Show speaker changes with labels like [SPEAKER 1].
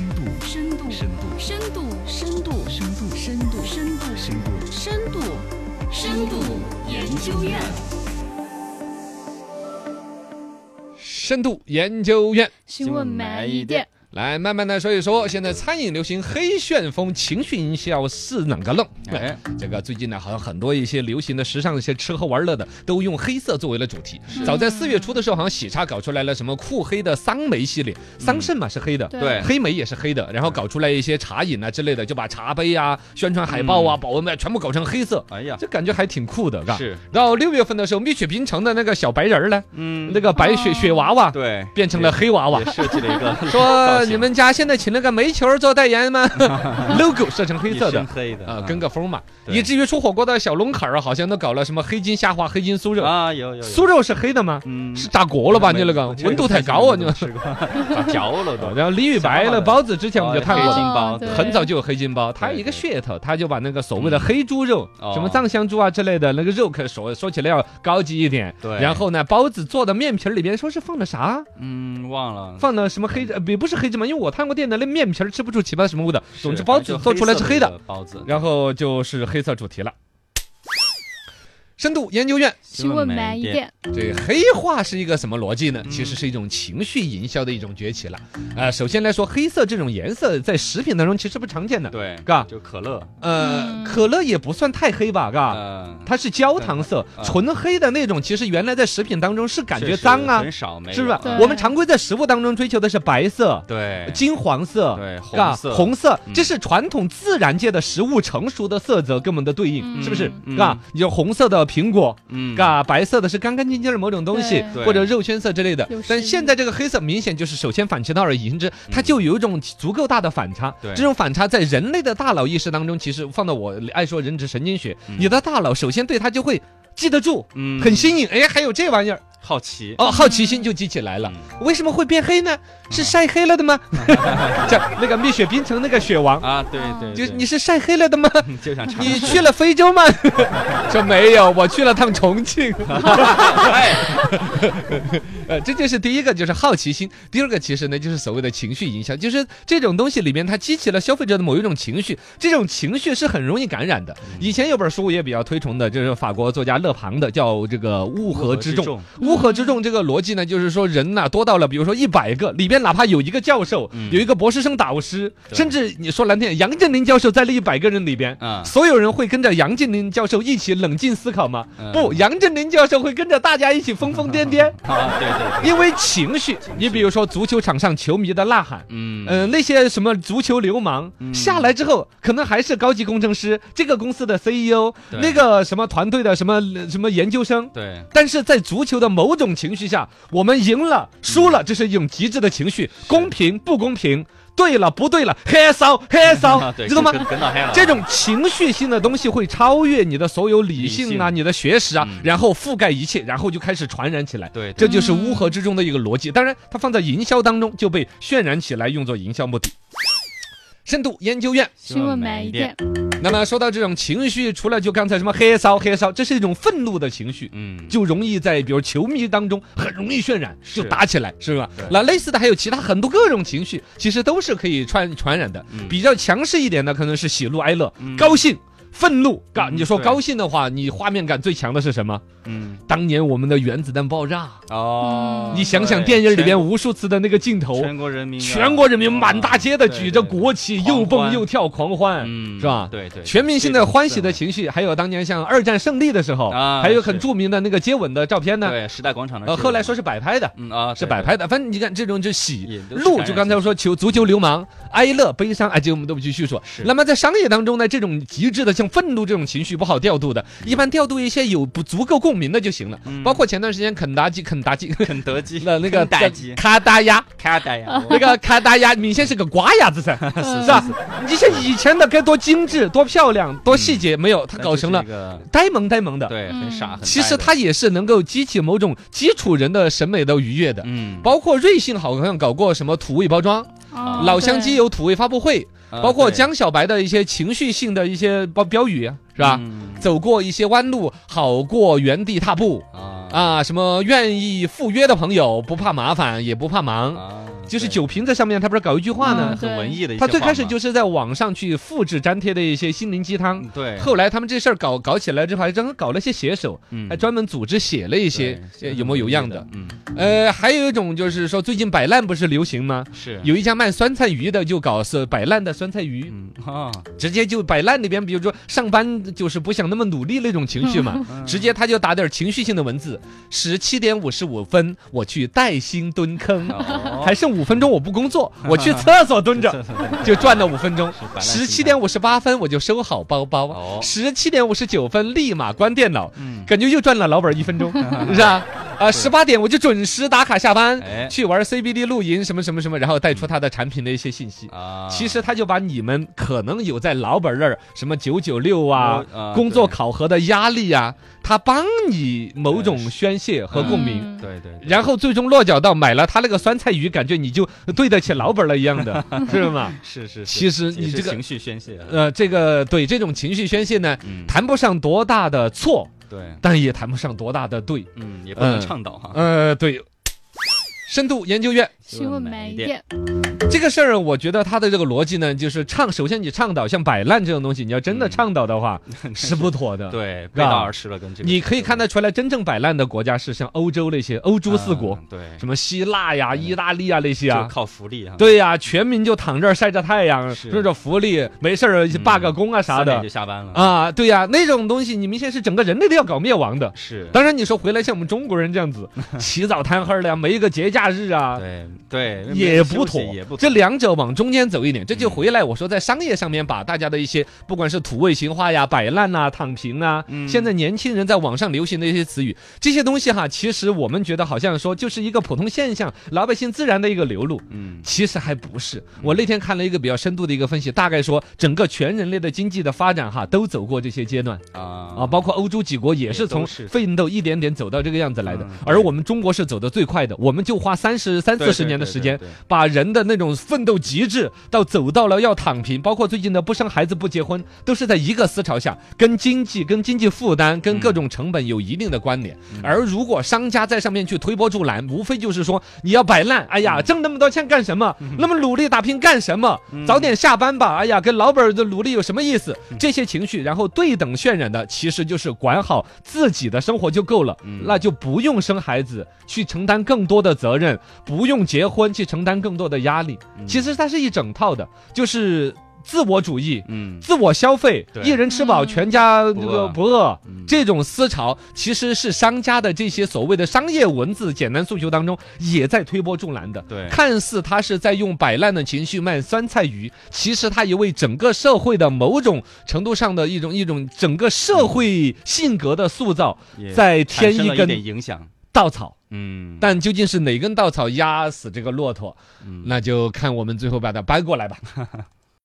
[SPEAKER 1] 度，深度，深度，深度，深度，深度，深度，深度，深度，深度研究院。
[SPEAKER 2] 深度研究院
[SPEAKER 3] 新闻慢一点，嗯
[SPEAKER 2] 来慢慢的说一说，现在餐饮流行黑旋风，情绪营销是哪个弄？哎，
[SPEAKER 1] 哎，
[SPEAKER 2] 这个最近呢，好像很多一些流行的、时尚的一些吃喝玩乐的，都用黑色作为了主题。早在四月初的时候，好像喜茶搞出来了什么酷黑的桑梅系列，桑葚嘛是黑的，
[SPEAKER 3] 嗯对
[SPEAKER 2] 黑莓也是黑的，然后搞出来一些茶饮啊之类的，就把茶杯啊、宣传海报
[SPEAKER 3] 嗯
[SPEAKER 2] 啊、保温杯啊全部搞成黑色，
[SPEAKER 1] 哎呀，
[SPEAKER 2] 这感觉还挺酷的，嘎。
[SPEAKER 1] 是，
[SPEAKER 2] 到六月份的时候，蜜雪冰城的那个小白人儿呢，
[SPEAKER 1] 嗯
[SPEAKER 2] 那个白雪
[SPEAKER 3] 哦
[SPEAKER 2] 雪娃娃，
[SPEAKER 1] 对，
[SPEAKER 2] 变成了黑娃娃
[SPEAKER 1] 也。设计了一个 造
[SPEAKER 2] 说
[SPEAKER 1] 型
[SPEAKER 2] 你们家现在请了个煤球做代言 吗？logo 设成黑色
[SPEAKER 1] 一身
[SPEAKER 2] 的。
[SPEAKER 1] 黑的
[SPEAKER 2] 啊，跟个风嘛，
[SPEAKER 1] 嗯对
[SPEAKER 2] 以至于出火锅的小龙坎儿好像都搞了什么黑金虾滑、黑金酥肉，
[SPEAKER 1] 啊有有有，
[SPEAKER 2] 酥肉是黑的吗？
[SPEAKER 1] 嗯
[SPEAKER 2] 是打锅了吧？你那个
[SPEAKER 1] 我觉得
[SPEAKER 2] 温度太高啊！你
[SPEAKER 1] 我。吃过，打焦了都。
[SPEAKER 2] 然后李宇白
[SPEAKER 1] 想法
[SPEAKER 2] 的
[SPEAKER 1] 了
[SPEAKER 2] 包子之前我们就看
[SPEAKER 1] 黑
[SPEAKER 2] 过
[SPEAKER 1] 金
[SPEAKER 2] 了。
[SPEAKER 1] 包，
[SPEAKER 3] 哦对
[SPEAKER 2] 很早就有黑金包，它
[SPEAKER 1] 对
[SPEAKER 2] 一个
[SPEAKER 1] 对
[SPEAKER 2] 噱头，它就把那个所谓的黑猪肉，
[SPEAKER 1] 哦
[SPEAKER 2] 什么藏香猪啊之类的那个肉，可说说起来要高级一点。
[SPEAKER 1] 对
[SPEAKER 2] 然后呢，包子做的面皮儿里边说是放的啥？
[SPEAKER 1] 嗯，忘了。
[SPEAKER 2] 放了什么黑芝，呃也不是黑芝麻，因为我探过店的，那面皮儿吃不出奇葩什么味道。总之包子做出来是黑的，，
[SPEAKER 1] 包子。
[SPEAKER 2] 然后就是黑色主题了。深度研究院，
[SPEAKER 3] 新闻慢一，点，
[SPEAKER 2] 这黑化是一个什么逻辑呢？
[SPEAKER 1] 嗯
[SPEAKER 2] 其实是一种情绪营销的一种崛起了。呃，首先来说，黑色这种颜色在食品当中其实不常见的，
[SPEAKER 1] 对，
[SPEAKER 2] 嘎
[SPEAKER 1] 就可乐，
[SPEAKER 2] 呃，
[SPEAKER 3] 嗯
[SPEAKER 2] 可乐也不算太黑吧，嘎，
[SPEAKER 1] 嗯，
[SPEAKER 2] 它是焦糖色，
[SPEAKER 1] 嗯
[SPEAKER 2] 纯黑的那种，其实原来在食品当中是感觉脏
[SPEAKER 1] 确实
[SPEAKER 2] 啊，
[SPEAKER 1] 很少没有，
[SPEAKER 2] 是不是
[SPEAKER 3] 对？
[SPEAKER 2] 我们常规在食物当中追求的是白色、
[SPEAKER 1] 对，
[SPEAKER 2] 金黄色，
[SPEAKER 1] 哎对，
[SPEAKER 2] 嘎
[SPEAKER 1] 红色，
[SPEAKER 2] 啊红色
[SPEAKER 1] 嗯，
[SPEAKER 2] 这是传统自然界的食物成熟的色泽跟我们的对应，
[SPEAKER 3] 嗯
[SPEAKER 2] 是不是
[SPEAKER 1] 嗯？
[SPEAKER 2] 嘎，有红色的苹果，
[SPEAKER 1] 嗯，
[SPEAKER 2] 嘎，白色的是干干净净的某种东西
[SPEAKER 3] 对，
[SPEAKER 1] 对
[SPEAKER 2] 或者肉圈色之类的
[SPEAKER 3] 有。食
[SPEAKER 2] 但
[SPEAKER 3] 欲
[SPEAKER 2] 现在这个黑色明显就是首先反其道而行之，它就有一种足够大的反差。
[SPEAKER 1] 嗯对
[SPEAKER 2] 这种反差在人类的大脑意识当中，其实放到我爱说人质神经学
[SPEAKER 1] 嗯，
[SPEAKER 2] 你的大脑首先对它就会记得住。
[SPEAKER 1] 嗯，
[SPEAKER 2] 很新颖，哎，还有这玩意儿
[SPEAKER 1] 好奇，
[SPEAKER 2] 哦，好奇心就激起来了。
[SPEAKER 1] 嗯
[SPEAKER 2] 为什么会变黑呢？是晒黑了的 吗？像嗯那个蜜雪冰城那个雪王，
[SPEAKER 1] 啊，对对，
[SPEAKER 2] 就
[SPEAKER 1] 对
[SPEAKER 2] 你是晒黑了的吗？
[SPEAKER 1] 嗯就想尝
[SPEAKER 2] 你去了非洲吗？ 说没有，我去了趟重 庆。哎 呃，这就是第一个，就是好奇心；第二个，其实呢，就是所谓的情绪影响，就是这种东西里面它激起了消费者的某一种情绪，这种情绪是很容易感染的。以前有本书我也比较推崇的，就是法国作家勒庞的，叫这个《乌合之众》。，乌合之众这个逻辑呢，就是说人呐、多到了，比如说一百个，里边哪怕有一个教授，
[SPEAKER 1] 嗯
[SPEAKER 2] 有一个博士生导师，
[SPEAKER 1] 对
[SPEAKER 2] 甚至你说难听点，杨振宁教授在那一百个人里边。
[SPEAKER 1] 啊，
[SPEAKER 2] 所有人会跟着杨振宁教授一起冷静思考吗？
[SPEAKER 1] 嗯，
[SPEAKER 2] 不，杨振宁教授会跟着大家一起疯疯癫癫
[SPEAKER 1] 啊，对对，对
[SPEAKER 2] 因为情绪。你比如说足球场上球迷的呐喊，
[SPEAKER 1] 嗯
[SPEAKER 2] 嗯、那些什么足球流氓、
[SPEAKER 1] 嗯
[SPEAKER 2] 下来之后，可能还是高级工程师，这个公司的 CEO，
[SPEAKER 1] 对
[SPEAKER 2] 那个什么团队的什么什么研究生，
[SPEAKER 1] 对，
[SPEAKER 2] 但是在足球的某种情绪下，我们赢了、输
[SPEAKER 1] 嗯
[SPEAKER 2] 了，这是一种极致的情绪，公平、不公平，对了、不对了，黑骚、黑骚，
[SPEAKER 1] 对，
[SPEAKER 2] 知道吗？
[SPEAKER 1] 跟跟到黑了，
[SPEAKER 2] 这种情绪性的东西会超越你的所有理性啊、
[SPEAKER 1] 理
[SPEAKER 2] 你的学识啊
[SPEAKER 1] 嗯，
[SPEAKER 2] 然后覆盖一切，然后就开始传染起来。
[SPEAKER 1] 对，
[SPEAKER 2] 这
[SPEAKER 1] 对
[SPEAKER 2] 就是乌合之众的一个逻辑。当然，它放在营销当中就被渲染起来，用作营销目的。深度研究院。
[SPEAKER 3] 新闻慢一点，，
[SPEAKER 2] 那么说到这种情绪，除了就刚才什么黑骚、黑骚，这是一种愤怒的情绪。
[SPEAKER 1] 嗯，
[SPEAKER 2] 就容易在比如球迷当中很容易渲染，
[SPEAKER 1] 是
[SPEAKER 2] 就打起来，是吧
[SPEAKER 1] 对？
[SPEAKER 2] 那类似的还有其他很多各种情绪，其实都是可以传传染的。
[SPEAKER 1] 嗯
[SPEAKER 2] 比较强势一点的可能是喜怒哀乐、
[SPEAKER 1] 嗯
[SPEAKER 2] 高兴、愤怒。嘎，
[SPEAKER 1] 嗯
[SPEAKER 2] 你说
[SPEAKER 1] 对
[SPEAKER 2] 高兴的话，你画面感最强的是什么？
[SPEAKER 1] 嗯，
[SPEAKER 2] 当年我们的原子弹爆炸，
[SPEAKER 1] 哦，
[SPEAKER 3] 嗯
[SPEAKER 2] 你想想
[SPEAKER 1] 对
[SPEAKER 2] 电影里边
[SPEAKER 1] 全
[SPEAKER 2] 无数次的那个镜头，
[SPEAKER 1] 全国人民啊，
[SPEAKER 2] 嗯全国人民满大街的
[SPEAKER 1] 对
[SPEAKER 2] 举着
[SPEAKER 1] 对对
[SPEAKER 2] 国旗，
[SPEAKER 1] 狂
[SPEAKER 2] 又蹦
[SPEAKER 1] 欢
[SPEAKER 2] 又跳，狂欢，
[SPEAKER 1] 嗯，
[SPEAKER 2] 是吧？
[SPEAKER 1] 对对，
[SPEAKER 2] 全民性的欢喜的
[SPEAKER 1] 这
[SPEAKER 2] 情绪，还有当年像二战胜利的时候，
[SPEAKER 1] 啊
[SPEAKER 2] 还有很
[SPEAKER 1] 是
[SPEAKER 2] 著名的那个接吻的照片
[SPEAKER 1] 种氛围
[SPEAKER 2] 呢。
[SPEAKER 1] 对时代广场的
[SPEAKER 2] 呃，
[SPEAKER 1] 是
[SPEAKER 2] 后来说是摆拍的，
[SPEAKER 1] 嗯啊，
[SPEAKER 2] 是
[SPEAKER 1] 对
[SPEAKER 2] 摆
[SPEAKER 1] 对
[SPEAKER 2] 拍的。反正你看这种就喜
[SPEAKER 1] 也都是
[SPEAKER 2] 怒，
[SPEAKER 1] 感
[SPEAKER 2] 就
[SPEAKER 1] 染
[SPEAKER 2] 刚才
[SPEAKER 1] 性
[SPEAKER 2] 我说球足球流氓、哀乐、悲伤，哎，这个我们都不去叙述
[SPEAKER 1] 是。
[SPEAKER 2] 那么在商业当中呢，这种极致的像愤怒这种情绪不好调度的，一般调度一些有不足够共鸣的就行了。包括前段时间肯达基、肯达 基
[SPEAKER 1] 肯德基
[SPEAKER 2] 那那个
[SPEAKER 1] 嗯肯达基
[SPEAKER 2] 卡达鸭，
[SPEAKER 1] 卡达呀，
[SPEAKER 2] 那个卡达鸭明显是个瓜鸭子 噻，是吧？你像以前的该多精致、多漂亮、多细节，没有，它
[SPEAKER 1] 嗯那
[SPEAKER 2] 搞
[SPEAKER 1] 就是
[SPEAKER 2] 成了
[SPEAKER 1] 一个
[SPEAKER 2] 呆萌呆萌的。
[SPEAKER 1] 对，很傻，很
[SPEAKER 2] 其实
[SPEAKER 1] 呆的
[SPEAKER 2] 它也是能够激起某种基础人的审美的愉悦的。
[SPEAKER 1] 嗯，
[SPEAKER 2] 包括瑞幸好像搞过什么土味包装，
[SPEAKER 3] 哦
[SPEAKER 2] 老乡鸡有土味发布会，
[SPEAKER 1] 呃
[SPEAKER 2] 包括
[SPEAKER 1] 对
[SPEAKER 2] 江小白的一些情绪性的一些标标语啊，是吧？
[SPEAKER 1] 嗯
[SPEAKER 2] 走过一些弯路，好过原地踏步
[SPEAKER 1] 啊
[SPEAKER 2] 啊！什么愿意赴约的朋友，不怕麻烦，也不怕忙。
[SPEAKER 1] 啊
[SPEAKER 2] 就是
[SPEAKER 4] 对
[SPEAKER 2] 酒瓶子上面，他不是搞一句话呢
[SPEAKER 3] 嗯？
[SPEAKER 4] 很文艺的一些话
[SPEAKER 2] 他
[SPEAKER 4] 嘛。
[SPEAKER 2] 最开始就是在网上去复制粘贴的一些心灵鸡汤
[SPEAKER 4] 嗯，对，
[SPEAKER 2] 后来他们这事儿搞搞起来之后，还真搞了些写手，
[SPEAKER 4] 嗯
[SPEAKER 2] 还专门组织写了一
[SPEAKER 4] 一
[SPEAKER 2] 些呃有模有样的。，
[SPEAKER 4] 嗯，
[SPEAKER 2] 呃，还有一种就是说，最近摆烂不是流行吗？
[SPEAKER 4] 是
[SPEAKER 2] 有一家卖酸菜鱼的就搞是摆烂的酸菜鱼，
[SPEAKER 4] 嗯啊，
[SPEAKER 1] 哦
[SPEAKER 2] 直接就摆烂那边，比如说上班就是不想那么努力那种情绪嘛，
[SPEAKER 4] 嗯
[SPEAKER 1] 嗯
[SPEAKER 2] 直接他就打点情绪性的文字，十七点五十五分我去带薪蹲坑，
[SPEAKER 4] 哦
[SPEAKER 1] 哦
[SPEAKER 2] 还剩五分钟我不工 作，我去厕所蹲着，就赚了五分钟。十七点五十八分我就收好包包，
[SPEAKER 4] 哦，
[SPEAKER 2] 十七点五十九分立马关电脑，
[SPEAKER 4] 嗯，
[SPEAKER 2] 感觉又赚了老板 一分钟，是吧？啊，十八点我就准时打卡下班，
[SPEAKER 4] 哎
[SPEAKER 2] 去玩 CBD 露营什么什么什么，然后带出他的产品的一些信息。
[SPEAKER 4] 啊，
[SPEAKER 2] 其实他就把你们可能有在老板那儿什么九九六啊、
[SPEAKER 1] 哦
[SPEAKER 4] 我
[SPEAKER 1] 呃
[SPEAKER 4] 啊
[SPEAKER 2] 工作
[SPEAKER 4] 对
[SPEAKER 2] 考核的压力啊，他帮你某种宣泄和共鸣。
[SPEAKER 3] 嗯
[SPEAKER 4] 对对，对
[SPEAKER 2] 然后最终落脚到买了他那个酸菜鱼，感觉你就对得起老板了一样的，是吗？
[SPEAKER 4] 是是，是
[SPEAKER 2] 其实
[SPEAKER 4] 也
[SPEAKER 2] 你
[SPEAKER 4] 是
[SPEAKER 2] 这个
[SPEAKER 4] 情绪宣泄啊，
[SPEAKER 2] 呃，这个对这种情绪宣泄呢，
[SPEAKER 4] 嗯，
[SPEAKER 2] 谈不上多大的错，
[SPEAKER 4] 对，
[SPEAKER 2] 但也谈不上多大的对。
[SPEAKER 4] 嗯，也不能
[SPEAKER 2] 嗯
[SPEAKER 4] 倡导哈，
[SPEAKER 2] 呃，对，深度研究院
[SPEAKER 3] 新闻买一点，
[SPEAKER 2] 这个事儿，我觉得他的这个逻辑呢，就是倡，首先你倡导像摆烂这种东西，你要真的
[SPEAKER 4] 嗯
[SPEAKER 2] 倡导 的话，是不妥的。，
[SPEAKER 4] 对，
[SPEAKER 2] 是
[SPEAKER 4] 背
[SPEAKER 2] 吧
[SPEAKER 4] 道而驰了，跟这个嗯
[SPEAKER 2] 呃你可以看得出来，真正摆烂的国家是像欧洲那些欧洲四国，
[SPEAKER 4] 嗯对，
[SPEAKER 2] 什么希腊呀、
[SPEAKER 4] 嗯
[SPEAKER 2] 意大利啊那些
[SPEAKER 4] 就
[SPEAKER 2] 啊。
[SPEAKER 4] 靠福利啊，，
[SPEAKER 2] 对呀、全民就躺这儿晒着太阳，
[SPEAKER 4] 是
[SPEAKER 2] 受着福利，没事儿
[SPEAKER 4] 嗯
[SPEAKER 2] 罢个工啊啥
[SPEAKER 4] 三点
[SPEAKER 2] 的
[SPEAKER 4] 就下班了，
[SPEAKER 2] 啊，对呀、那种东西你明显是整个人类都要搞灭亡的。
[SPEAKER 4] 是。
[SPEAKER 2] 当然，你说回来像我们中国人这样 子，起早贪黑的呀，没一个节假日啊，
[SPEAKER 4] 对对，
[SPEAKER 2] 也
[SPEAKER 4] 休
[SPEAKER 2] 不
[SPEAKER 4] 息
[SPEAKER 2] 妥
[SPEAKER 4] 也不，
[SPEAKER 2] 这两者往中间走一点，这就
[SPEAKER 4] 嗯
[SPEAKER 2] 回来我说在商业上面把大家的一些不管是土味情话呀、摆烂呐、躺平啊，
[SPEAKER 4] 嗯
[SPEAKER 2] 现在年轻人在网上流行的一些词语，这些东西哈，其实我们觉得好像说就是一个普通现象，老百姓自然的一个流露。
[SPEAKER 4] 嗯
[SPEAKER 2] 其实还不是，我那天看了一个比较深度的一个分析，大概说整个全人类的经济的发展哈，都走过这些阶段
[SPEAKER 4] 啊
[SPEAKER 2] 啊，包括欧洲几国也
[SPEAKER 4] 也
[SPEAKER 2] 是
[SPEAKER 4] 都
[SPEAKER 2] 从
[SPEAKER 4] 是
[SPEAKER 2] 奋斗一点点走到这个样子来的
[SPEAKER 4] 嗯，
[SPEAKER 2] 而我们中国是走得最快的，我们就花三十三
[SPEAKER 4] 对
[SPEAKER 2] 四十
[SPEAKER 4] 对
[SPEAKER 2] 年的
[SPEAKER 4] 对
[SPEAKER 2] 时
[SPEAKER 4] 对
[SPEAKER 2] 间，
[SPEAKER 4] 对
[SPEAKER 2] 把人的那种奋斗极致，到走到了要躺平，包括最近的不生孩子、不结婚，都是在一个思潮下，跟经济、跟经济负担、跟各种成本有一定的关联。
[SPEAKER 4] 嗯
[SPEAKER 2] 而如果商家在上面去推波助澜，无非就是说你要摆烂，哎呀，挣那么多钱干什么？那么努力打拼干什么？
[SPEAKER 4] 嗯
[SPEAKER 2] 早点下班吧，哎呀，跟老板儿的努力有什么意思？这些情绪，然后对等渲染的，其实就是管好自己的生活就够了，
[SPEAKER 4] 嗯
[SPEAKER 2] 那就不用生孩子去承担更多的责任，不用结婚去承担更多的压力。
[SPEAKER 4] 嗯
[SPEAKER 2] 其实它是一整套的，就是自我主义、
[SPEAKER 4] 嗯
[SPEAKER 2] 自我消费，
[SPEAKER 4] 对
[SPEAKER 2] 一人吃饱
[SPEAKER 3] 嗯
[SPEAKER 2] 全家
[SPEAKER 4] 不
[SPEAKER 2] 那个
[SPEAKER 4] 饿
[SPEAKER 2] 不饿。
[SPEAKER 4] 嗯
[SPEAKER 2] 这种思潮其实是商家的这些所谓的商业文字简单诉求当中也在推波助澜的。
[SPEAKER 4] 对
[SPEAKER 2] 看似他是在用摆烂的情绪卖酸菜鱼，其实他也为整个社会的某种程度上的一种一种整个社会性格的塑造，
[SPEAKER 4] 也
[SPEAKER 2] 在
[SPEAKER 4] 嗯产
[SPEAKER 2] 添
[SPEAKER 4] 生
[SPEAKER 2] 一
[SPEAKER 4] 了一
[SPEAKER 2] 根
[SPEAKER 4] 点影响，
[SPEAKER 2] 稻草。
[SPEAKER 4] 嗯，
[SPEAKER 2] 但究竟是哪根稻草压死这个骆驼，
[SPEAKER 4] 嗯
[SPEAKER 2] 那就看我们最后把它搬过来吧。